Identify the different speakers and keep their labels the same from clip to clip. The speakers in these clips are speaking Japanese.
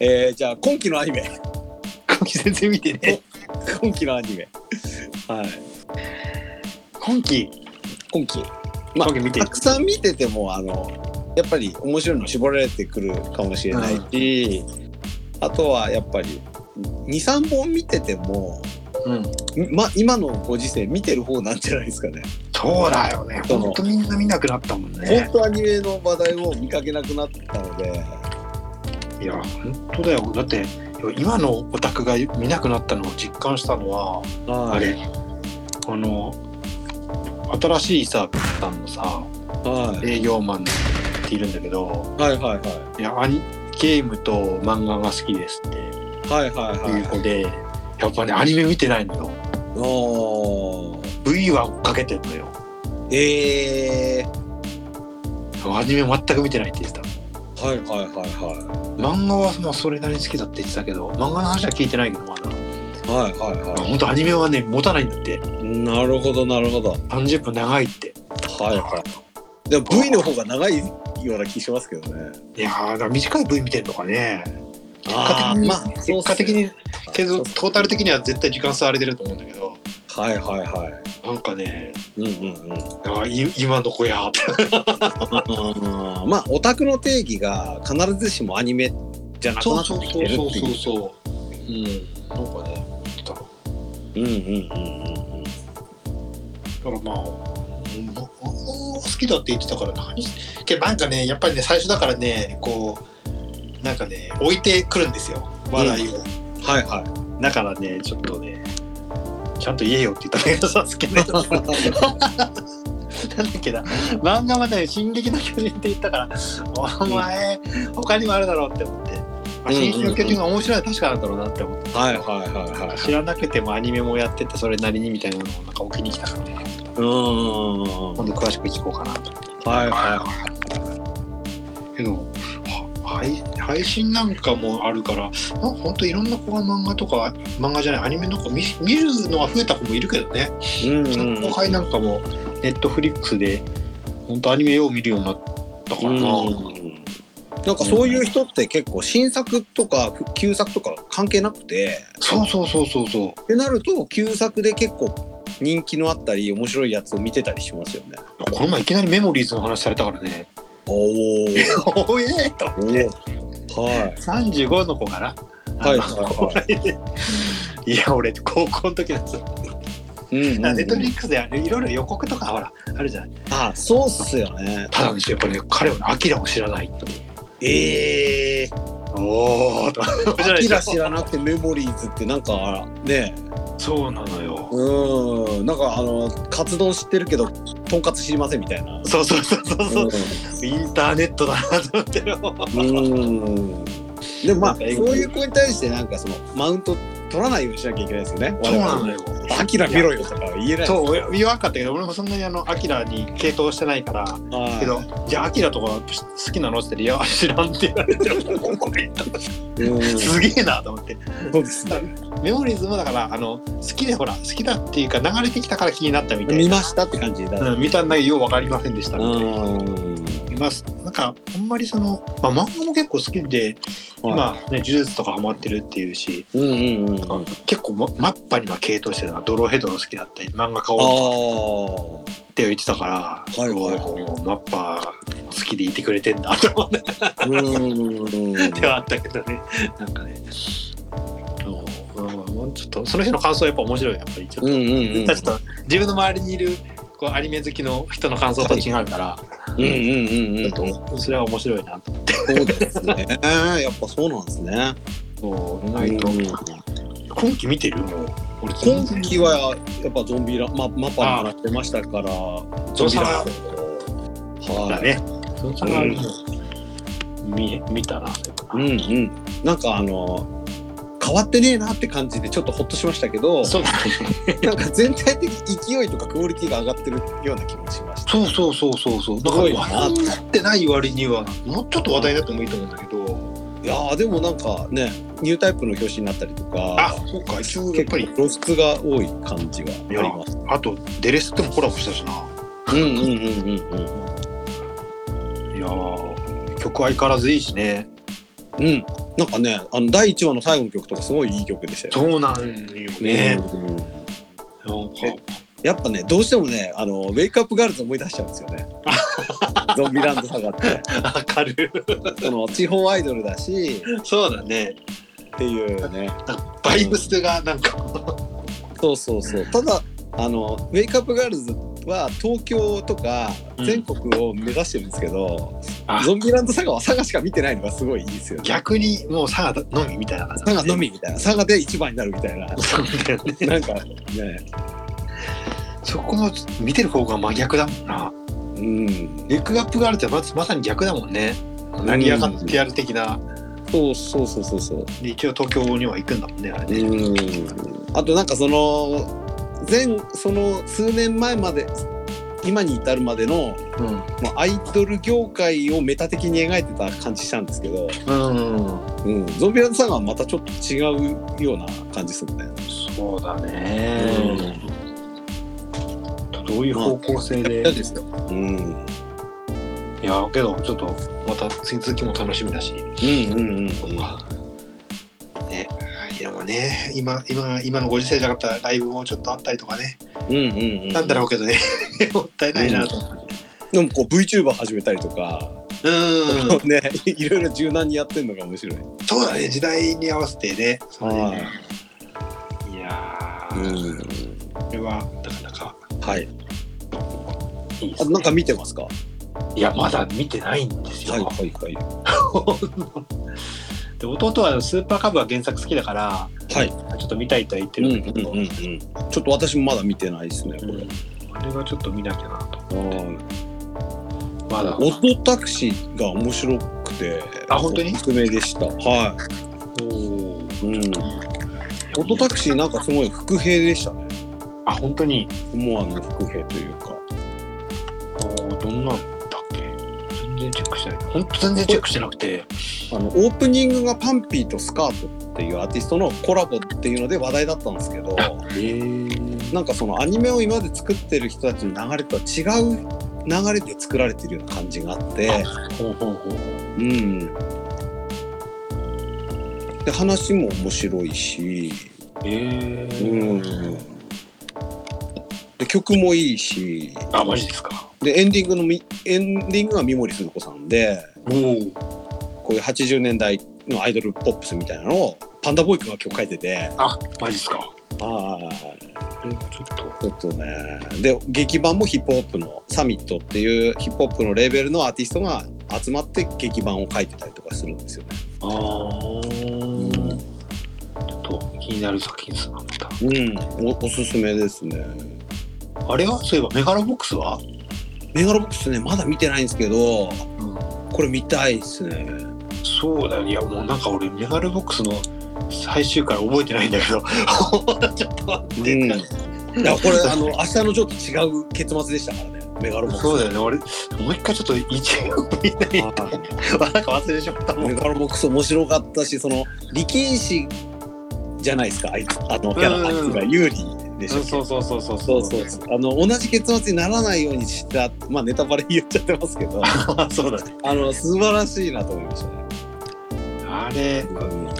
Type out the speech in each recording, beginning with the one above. Speaker 1: えー、じゃあ今期のアニメ
Speaker 2: 今期全然見てね。
Speaker 1: 今期のアニメはい
Speaker 2: 今期、
Speaker 1: 今期まあ
Speaker 2: 今期見てい
Speaker 1: た
Speaker 2: く
Speaker 1: く。さん見ててもあのやっぱり面白いの絞られてくるかもしれないし、あとはやっぱり23本見てても、
Speaker 2: うん。
Speaker 1: ま、今のご時世見てる方なんじゃないですかね。
Speaker 2: そうだよね。
Speaker 1: そ
Speaker 2: ほ
Speaker 1: の
Speaker 2: んとみんな見なくなったもん
Speaker 1: 本
Speaker 2: ね。
Speaker 1: 当アニメの話題を見かけなくなったので
Speaker 2: いや、本当だよ。だって、今のオタクが見なくなったのを実感したのは、あれ、あの、新しいさ、ブッさんのさ、
Speaker 1: はい
Speaker 2: 営業マンっているんだけど、
Speaker 1: はいはい
Speaker 2: いや、アニゲームと漫画が好きですってい
Speaker 1: はいはいはいうはい
Speaker 2: 子で、やっぱね、アニメ見てないのよ。
Speaker 1: おー
Speaker 2: V は追っかけてんのよ。
Speaker 1: えー、
Speaker 2: アニメ全く見てないって言ってた。
Speaker 1: はいはいはい
Speaker 2: 漫画はまあそれなりに好きだって言ってたけど、漫画の話は聞いてないけど、まだ。
Speaker 1: はいはいはい
Speaker 2: あ
Speaker 1: は
Speaker 2: 本当アニメはね、持たないんだって。
Speaker 1: いなるほどなるほど
Speaker 2: 30分長いって。
Speaker 1: はいはい。でも V の方が長いような気しますけどね。
Speaker 2: いやー、だから短い V 見てんのかね。
Speaker 1: あーまあ、
Speaker 2: 結果的
Speaker 1: そうっ
Speaker 2: に、
Speaker 1: すね
Speaker 2: け
Speaker 1: そ
Speaker 2: ど、
Speaker 1: うっす
Speaker 2: トータル的には絶対時間差荒れてると思うんだけど、
Speaker 1: はいはいはい。
Speaker 2: なんかね、
Speaker 1: うんうんうん。
Speaker 2: あい今の子やーって。
Speaker 1: あーまあ、オタクの定義が必ずしもアニメじゃなくなってきてるっていう。
Speaker 2: そう。
Speaker 1: うん
Speaker 2: なんかね、だか
Speaker 1: うんうんうんうん
Speaker 2: らまあ、うんおお好きだって言ってたから何しけどなんかね、やっぱりね、最初だからね、こう、なんかね、置いてくるんですよ、話題を。
Speaker 1: うん。はいは
Speaker 2: だからね、ちょっとね、ちゃんと言えよって言ったんだけどさ、好きな人なんだ
Speaker 1: い。
Speaker 2: っけな。漫画はね、進撃の巨人って言ったから、お前、他にもあるだろうって思って。あ
Speaker 1: うんうんうん
Speaker 2: 進撃の巨人が面白いのは確かなんだろうなって思って。
Speaker 1: はいはいはいはい。
Speaker 2: 知らなくてもアニメもやってて、それなりにみたいなのもなんか起きに来たからね、
Speaker 1: うーん。
Speaker 2: 今度詳しく聞こうかなと。
Speaker 1: はいは
Speaker 2: けどは配配信なんかもあるからなんかほんといろんな子が漫画とか漫画じゃないアニメなんか見見るのは増えた子もいるけどね、
Speaker 1: い。うんう
Speaker 2: うん
Speaker 1: うん。
Speaker 2: 後輩なんかもネットフリックスで本当アニメを見るようになったからな、
Speaker 1: うんなんかそういう人って結構新作とか旧作とか関係なくて、
Speaker 2: そうそうそうそうそ
Speaker 1: ってなると旧作で結構人気のあったり面白いやつを見てたりしますよね。
Speaker 2: うこの前いきなりメモリーズの話されたからね
Speaker 1: おお。
Speaker 2: おえと 思って
Speaker 1: は
Speaker 2: 35の子かな
Speaker 1: はい
Speaker 2: あの後輩でいや俺高校の時のやつ
Speaker 1: い。うんうん、
Speaker 2: ネットフリックスであれいろいろ予告とかほらあるじゃない
Speaker 1: あ、そうっすよね。
Speaker 2: ただねやっぱね彼はねアキラを知らないっていう
Speaker 1: ええー。
Speaker 2: おおと
Speaker 1: アキラ知らなくてメモリーズってなんかね、
Speaker 2: そうなのよ
Speaker 1: うん、なんかあのカツ丼知ってるけどとんかつ知りませんみたいな。
Speaker 2: そうそうそうそうそう、インターネットだなと思ってる
Speaker 1: うん。でもまあ
Speaker 2: なん
Speaker 1: そう
Speaker 2: か英語
Speaker 1: いう子に対してなんかそのマウント取らないようにしなきゃいけないですよね。
Speaker 2: そうなのよ
Speaker 1: アキラ見ろよとかは言えない。
Speaker 2: そう俺言わんかったけど俺もそんなにあのアキラに傾倒してないから
Speaker 1: はい
Speaker 2: けど「じゃあアキラとか好きなの?」って言ったら「いや知らん」って言われて
Speaker 1: うん。そ
Speaker 2: すげえなと思って
Speaker 1: うですね。
Speaker 2: メモリーズもだからあの好きでほら好きだっていうか流れてきたから気になったみたいな
Speaker 1: 見ましたって感じだ。
Speaker 2: うん、見たんだけどよう分かりませんでしたみたいな
Speaker 1: うん。
Speaker 2: います。なんか、あんまりその、まあ、漫画も結構好きで、今、ね、呪術とかハマってるっていうし、
Speaker 1: うんうんうん。あ
Speaker 2: 結構、ま、マッパには傾倒してたな、ドロヘドロ好きだったり、漫画家
Speaker 1: あ
Speaker 2: を
Speaker 1: ー。
Speaker 2: って言ってたから、
Speaker 1: はいはいはい
Speaker 2: おーマッパ好きでいてくれてんだと思って
Speaker 1: うん。
Speaker 2: ではあったけどね、 なんかね、うんうんちょっと、その人の感想はやっぱ面白い、やっぱりちょっ
Speaker 1: うんう
Speaker 2: と。
Speaker 1: んうん。
Speaker 2: ちょっと自分の周りにいるこうアニメ好きの人の感想と違うから、
Speaker 1: うんうんうんうん。
Speaker 2: ちょっとそれは面白いなと
Speaker 1: そうですね。やっぱそうなんですね。
Speaker 2: そう意外と
Speaker 1: うん
Speaker 2: 今期見てるもう俺
Speaker 1: 今期はやっぱゾンビラママパになってましたから。ゾンビラ
Speaker 2: あ
Speaker 1: は
Speaker 2: だ
Speaker 1: い。
Speaker 2: ねその差がある見見たな
Speaker 1: うんうん。なんかあの変わってねえなって感じでちょっとほっとしましたけど、
Speaker 2: そうだね
Speaker 1: なんか全体的に勢いとかクオリティが上がってるような気もしました。
Speaker 2: そうそうそうそうそうだ
Speaker 1: す
Speaker 2: か
Speaker 1: ごい
Speaker 2: ら
Speaker 1: な
Speaker 2: 話題になってない割にはもうちょっと話題になってもいいと思うんだけど
Speaker 1: いやーでもなんかねニュータイプの表紙になったりとか
Speaker 2: あそうか一応や
Speaker 1: 結
Speaker 2: っぱ
Speaker 1: 構
Speaker 2: り
Speaker 1: 露出が多い感じはあります。
Speaker 2: あとデレスってもコラボしたしな
Speaker 1: うんうんうんうんうん。
Speaker 2: いやー曲相変わらずいいしね
Speaker 1: うん、なんかねあの第1話の最後の曲とかすごいいい曲でしたよ
Speaker 2: そうなんよね。
Speaker 1: うん
Speaker 2: なんか
Speaker 1: やっぱねどうしてもねあのウェイクアップガールズ思い出しちゃうんですよ ねゾンビランド下がって
Speaker 2: 明る
Speaker 1: その地方アイドルだし
Speaker 2: い。 そうだね。
Speaker 1: っていうね
Speaker 2: なんかバイブスがなんか、
Speaker 1: そうそうそうただあのウェイクアップガールズは東京とか
Speaker 2: うん
Speaker 1: 全国を目指してるんですけど、
Speaker 2: あ
Speaker 1: ゾンビランド佐賀は佐賀しか見てないのがすごいいいですよね
Speaker 2: 逆にもう佐賀のみみたいな感じ、
Speaker 1: 佐賀の。みみたいな佐賀で一番になるみたい な
Speaker 2: そうだよね。
Speaker 1: なんかね
Speaker 2: そこも見てる方が真逆だもんな。
Speaker 1: うん
Speaker 2: レックアップがあるってまずまさに逆だもんね。成り上がってやる的な。
Speaker 1: そうそうそうそうそう
Speaker 2: で一応東京には行くんだもんね、あれね。
Speaker 1: うんあとなんかその前その数年前まで今に至るまでの
Speaker 2: うん。
Speaker 1: まあアイドル業界をメタ的に描いてた感じしたんですけど、
Speaker 2: うん。
Speaker 1: うん、ゾンビランドサガはまたちょっと違うような感じするね。
Speaker 2: そうだね。どういう方向性で。
Speaker 1: 嫌ですよ。うん、うん
Speaker 2: いやけどちょっとまた続きも楽しみだし。
Speaker 1: うんうん
Speaker 2: ね、いやもうね今今今のご時世じゃなかったライブもちょっとあったりとかね、
Speaker 1: うんうんうん
Speaker 2: なんだろうけどね もったいないなと思って
Speaker 1: でもこう VTuber 始めたりとか、
Speaker 2: うん、
Speaker 1: ねいろいろ柔軟にやってるのが面白い。
Speaker 2: そうだね時代に合わせてねそう
Speaker 1: は
Speaker 2: ねいやー、
Speaker 1: ん、
Speaker 2: これはなかなか
Speaker 1: はい。
Speaker 2: いいで
Speaker 1: あ
Speaker 2: す、
Speaker 1: なん
Speaker 2: ね、
Speaker 1: か見てますか。
Speaker 2: いやまだ見てないんですよ、
Speaker 1: いはい。
Speaker 2: で弟はスーパーカブは原作好きだか
Speaker 1: は
Speaker 2: ら
Speaker 1: い。
Speaker 2: ちょっと見たいとは言って
Speaker 1: うん
Speaker 2: る
Speaker 1: うん
Speaker 2: んだけど、
Speaker 1: うんうん。ちょっと私もまだ見てないですね。こ
Speaker 2: うんこれはちょっと見なきゃなと
Speaker 1: れ。
Speaker 2: まだ
Speaker 1: オトタクシーが面白くて、
Speaker 2: あ本当に
Speaker 1: おすすめでした。はい。
Speaker 2: お
Speaker 1: うん。オトタクシーなんかすごい伏兵でしたね。
Speaker 2: あ本当に
Speaker 1: 思わぬ伏兵というか。
Speaker 2: おーどんなんだっけ全然チェックしてない本当全然チェックしてなくて
Speaker 1: あのオープニングがパンピーとスカートっていうアーティストのコラボっていうので話題だったんですけど、
Speaker 2: へえ
Speaker 1: なんかそのアニメを今まで作ってる人たちの流れとは違う流れで作られてるような感じがあって、
Speaker 2: ほうほうほう
Speaker 1: うん。で話も面白いし、
Speaker 2: へえ
Speaker 1: うん。で曲もいいし、
Speaker 2: あマジですか
Speaker 1: でエンディングのみエンディングが三森すず子さんで
Speaker 2: おお
Speaker 1: こういう80年代のアイドルポップスみたいなのをパンダボーイ君が曲書いてて
Speaker 2: あマジですか
Speaker 1: ああ
Speaker 2: これはちょっと
Speaker 1: ちょっとねで劇版もヒップホップのサミットっていうヒップホップのレーベルのアーティストが集まって劇版を書いてたりとかするんですよね。
Speaker 2: ああ
Speaker 1: ん
Speaker 2: ちょっと気になる作品ですなまた
Speaker 1: うん、おおすすめですね。
Speaker 2: あれはそういえばメガロボックスは
Speaker 1: メガロボックスねまだ見てないんですけど
Speaker 2: うん
Speaker 1: これ見たいですね。
Speaker 2: そうだねいやもうなんか俺メガロボックスの最終回覚えてないんだ けどちょっと待って、
Speaker 1: うんいやこれあの明日のジョーと違う結末でしたからねメガロボックス。
Speaker 2: そうだよね俺もう一回ちょっと一 応見ない
Speaker 1: はい
Speaker 2: なんか忘れてしまったもん
Speaker 1: メガロボックス面白かったし、その力士じゃないですか、あいつ、あのキャ
Speaker 2: うん
Speaker 1: ラ、あいつが有利でしょ。
Speaker 2: そうそうそうそう
Speaker 1: そう そうそうあの同じ結末にならないようにした、まあ、ネタバレ言っちゃってますけど
Speaker 2: そうだね
Speaker 1: あの素晴らしいなと思いましたね。
Speaker 2: あれ
Speaker 1: うん
Speaker 2: も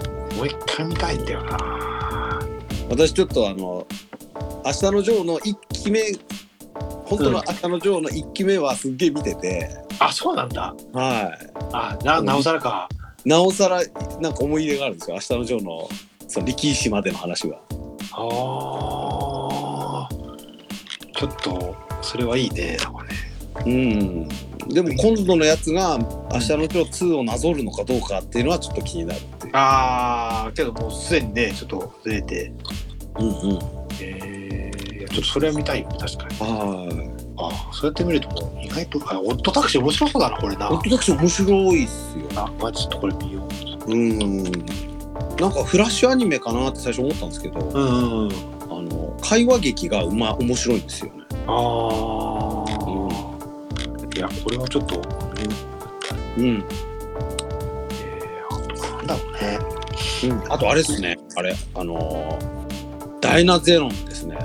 Speaker 2: う一回見たいんだよな
Speaker 1: 私ちょっとあの「明日のジョー」の1期目本当の「明日のジョー」の1期目はすっげえ見てて、
Speaker 2: あそうなんだ
Speaker 1: は
Speaker 2: あななおさらか
Speaker 1: い、なおさらなんか思い入れがあるんですよ「明日のジョーの」その力士までの話が。
Speaker 2: あーちょっとそれはいいねなんかね
Speaker 1: うん、でも今度のやつが「明日の今日2」をなぞるのかどうかっていうのはちょっと気になるっていう。
Speaker 2: あーけどもうすでにねちょっとずれて
Speaker 1: うんうん、
Speaker 2: えーいやちょっとそれは見たいよ確かに
Speaker 1: はい。
Speaker 2: ああそうやって見るともう意外とあオットタクシー面白そうだなこれな
Speaker 1: オットタクシー面白いっすよ。
Speaker 2: あまあちょっとこれ見よ
Speaker 1: うん。なんかフラッシュアニメかなって最初思ったんですけど、
Speaker 2: ううんうん
Speaker 1: あの会話劇がうま面白いんですよね。
Speaker 2: ああ、いやこれはちょっと、ね
Speaker 1: うん。
Speaker 2: えー、なんだろうね
Speaker 1: あとあれですね。あれあのーダイナゼロンですね。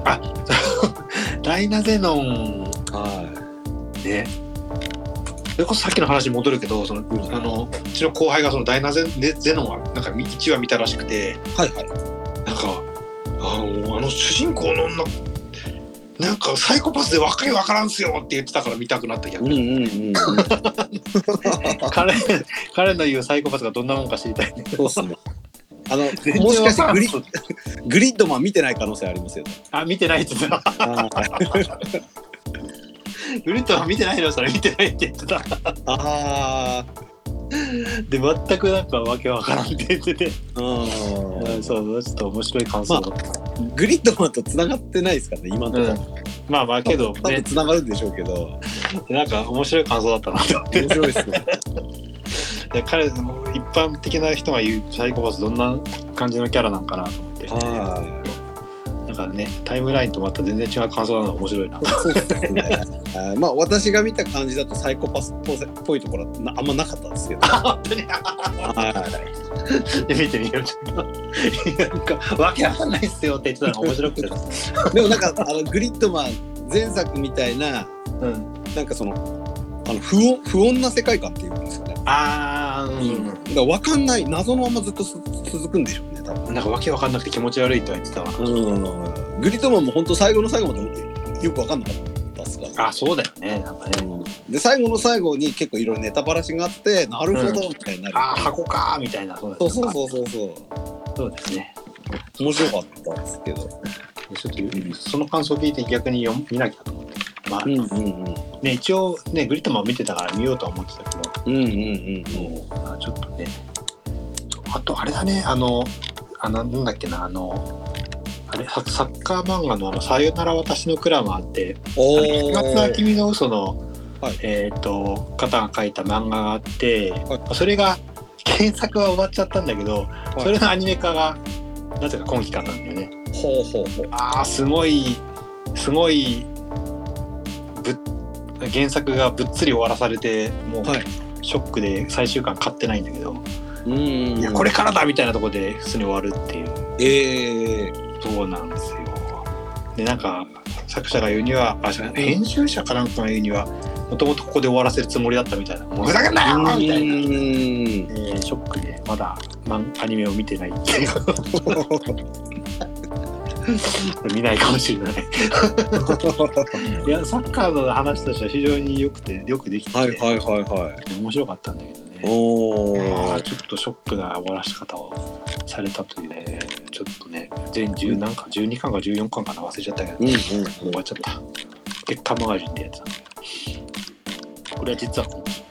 Speaker 2: ダイナゼノン
Speaker 1: は
Speaker 2: ねそれこそさっきの話に戻るけどその、あのうちの後輩がそのダイナゼゼノンはなんか1話見たらしくて
Speaker 1: はいはい。
Speaker 2: なんかあのあの主人公の女なんかサイコパスで若い分からんすよって言ってたから見たくなった逆
Speaker 1: うん
Speaker 2: に
Speaker 1: うんうん。
Speaker 2: 彼彼の言うサイコパスがどんなもんか知りたいね
Speaker 1: そうっすね。あの、
Speaker 2: 全
Speaker 1: もし
Speaker 2: 然
Speaker 1: かして
Speaker 2: わから
Speaker 1: グ
Speaker 2: ん
Speaker 1: リグリッドマン見てない可能性ありますよね。
Speaker 2: あ見てないって言ってた
Speaker 1: あ
Speaker 2: グリッドは見てないのそれ見てないって言ってた
Speaker 1: あ
Speaker 2: で全くなんかわけわからんって言ってて、
Speaker 1: ー、うん。
Speaker 2: うん、そうちょっと面白い感想だった、
Speaker 1: グリッドマンと繋がってないですからね、今のところ。
Speaker 2: まあまあけど
Speaker 1: 多
Speaker 2: ね
Speaker 1: 分繋がるんでしょうけど、
Speaker 2: なんか面白い感想だったなと
Speaker 1: 面白いです ね。
Speaker 2: で彼の一般的な人が言うサイコパスどんな感じのキャラなんかなと思って
Speaker 1: は
Speaker 2: なんかねタイムラインとまた全然違う感想なのが面白いな
Speaker 1: い、ね。あーまあ、私が見た感じだとサイコパスっぽいところはなあんまなかったんですけど。
Speaker 2: 本当に
Speaker 1: はい。
Speaker 2: 見てみようちょっと なんかわけわかんないっすよって言ってたのが面白く て、
Speaker 1: でもなんか、あの、グリッドマン前作みたいな、
Speaker 2: うん、
Speaker 1: なんかその、あの不穏不穏な世界観っていうんですかね。
Speaker 2: あー
Speaker 1: だから分かんない謎のままずっとす続くんでしょうね多分
Speaker 2: うんなんかわけわかんなくて気持ち悪いとは言ってたわ
Speaker 1: グリッドマンも本当最後の最後までよく分かんなかったっすから
Speaker 2: あそうだよねなんかね
Speaker 1: で最後の最後に結構いろいろネタバラシがあってなるほどみたいになる、
Speaker 2: ああ箱かーみたいなそう
Speaker 1: そうそうそうそうそう
Speaker 2: うそうですね
Speaker 1: 面白かったんですけど
Speaker 2: ちょっとその感想を聞いて逆に読見なきゃと思ってまあ、
Speaker 1: うんうんうん
Speaker 2: ね一応ねグリットマンを見てたから見ようとは思ってたけど
Speaker 1: うんうんうんうん
Speaker 2: まあちょっとねあとあれだねあのあのなんだっけなあのあれササッカー漫画の「あのさよなら私のクラマー」って
Speaker 1: お
Speaker 2: 「夏は
Speaker 1: ー
Speaker 2: 君の嘘の、
Speaker 1: はい
Speaker 2: えっと方が書いた漫画があって、
Speaker 1: は
Speaker 2: それが原作は終わっちゃったんだけど、
Speaker 1: い
Speaker 2: それのアニメ化がなぜか今期からなんだよね。
Speaker 1: ほうほうほう
Speaker 2: あーすごいすごいぶっ原作がぶっつり終わらされてもう
Speaker 1: はい
Speaker 2: ショックで最終巻買ってないんだけど、
Speaker 1: うんうん
Speaker 2: いやこれからだみたいなところで普通に終わるっていう
Speaker 1: えー、
Speaker 2: そうなんですよでなんか作者が言うにはあ編集者かなんかが言うにはもともとここで終わらせるつもりだったみたいな「もうふざけんなよ!」みた
Speaker 1: う
Speaker 2: いな、
Speaker 1: ん
Speaker 2: えーショックでまだ、ま、アニメを見てないっていう見ないかもしれないいやサッカーの話としては非常によくてよくできてて、
Speaker 1: はいはいはいはい
Speaker 2: 面白かったんだけどね
Speaker 1: お
Speaker 2: あ
Speaker 1: お
Speaker 2: ーちょっとショックな終わらし方をされたというねちょっとね全10なんか12巻か14巻かな忘れちゃったけど、
Speaker 1: うんうん
Speaker 2: 終わっちゃった結果マガジンでやってたんだけどこれは実は今期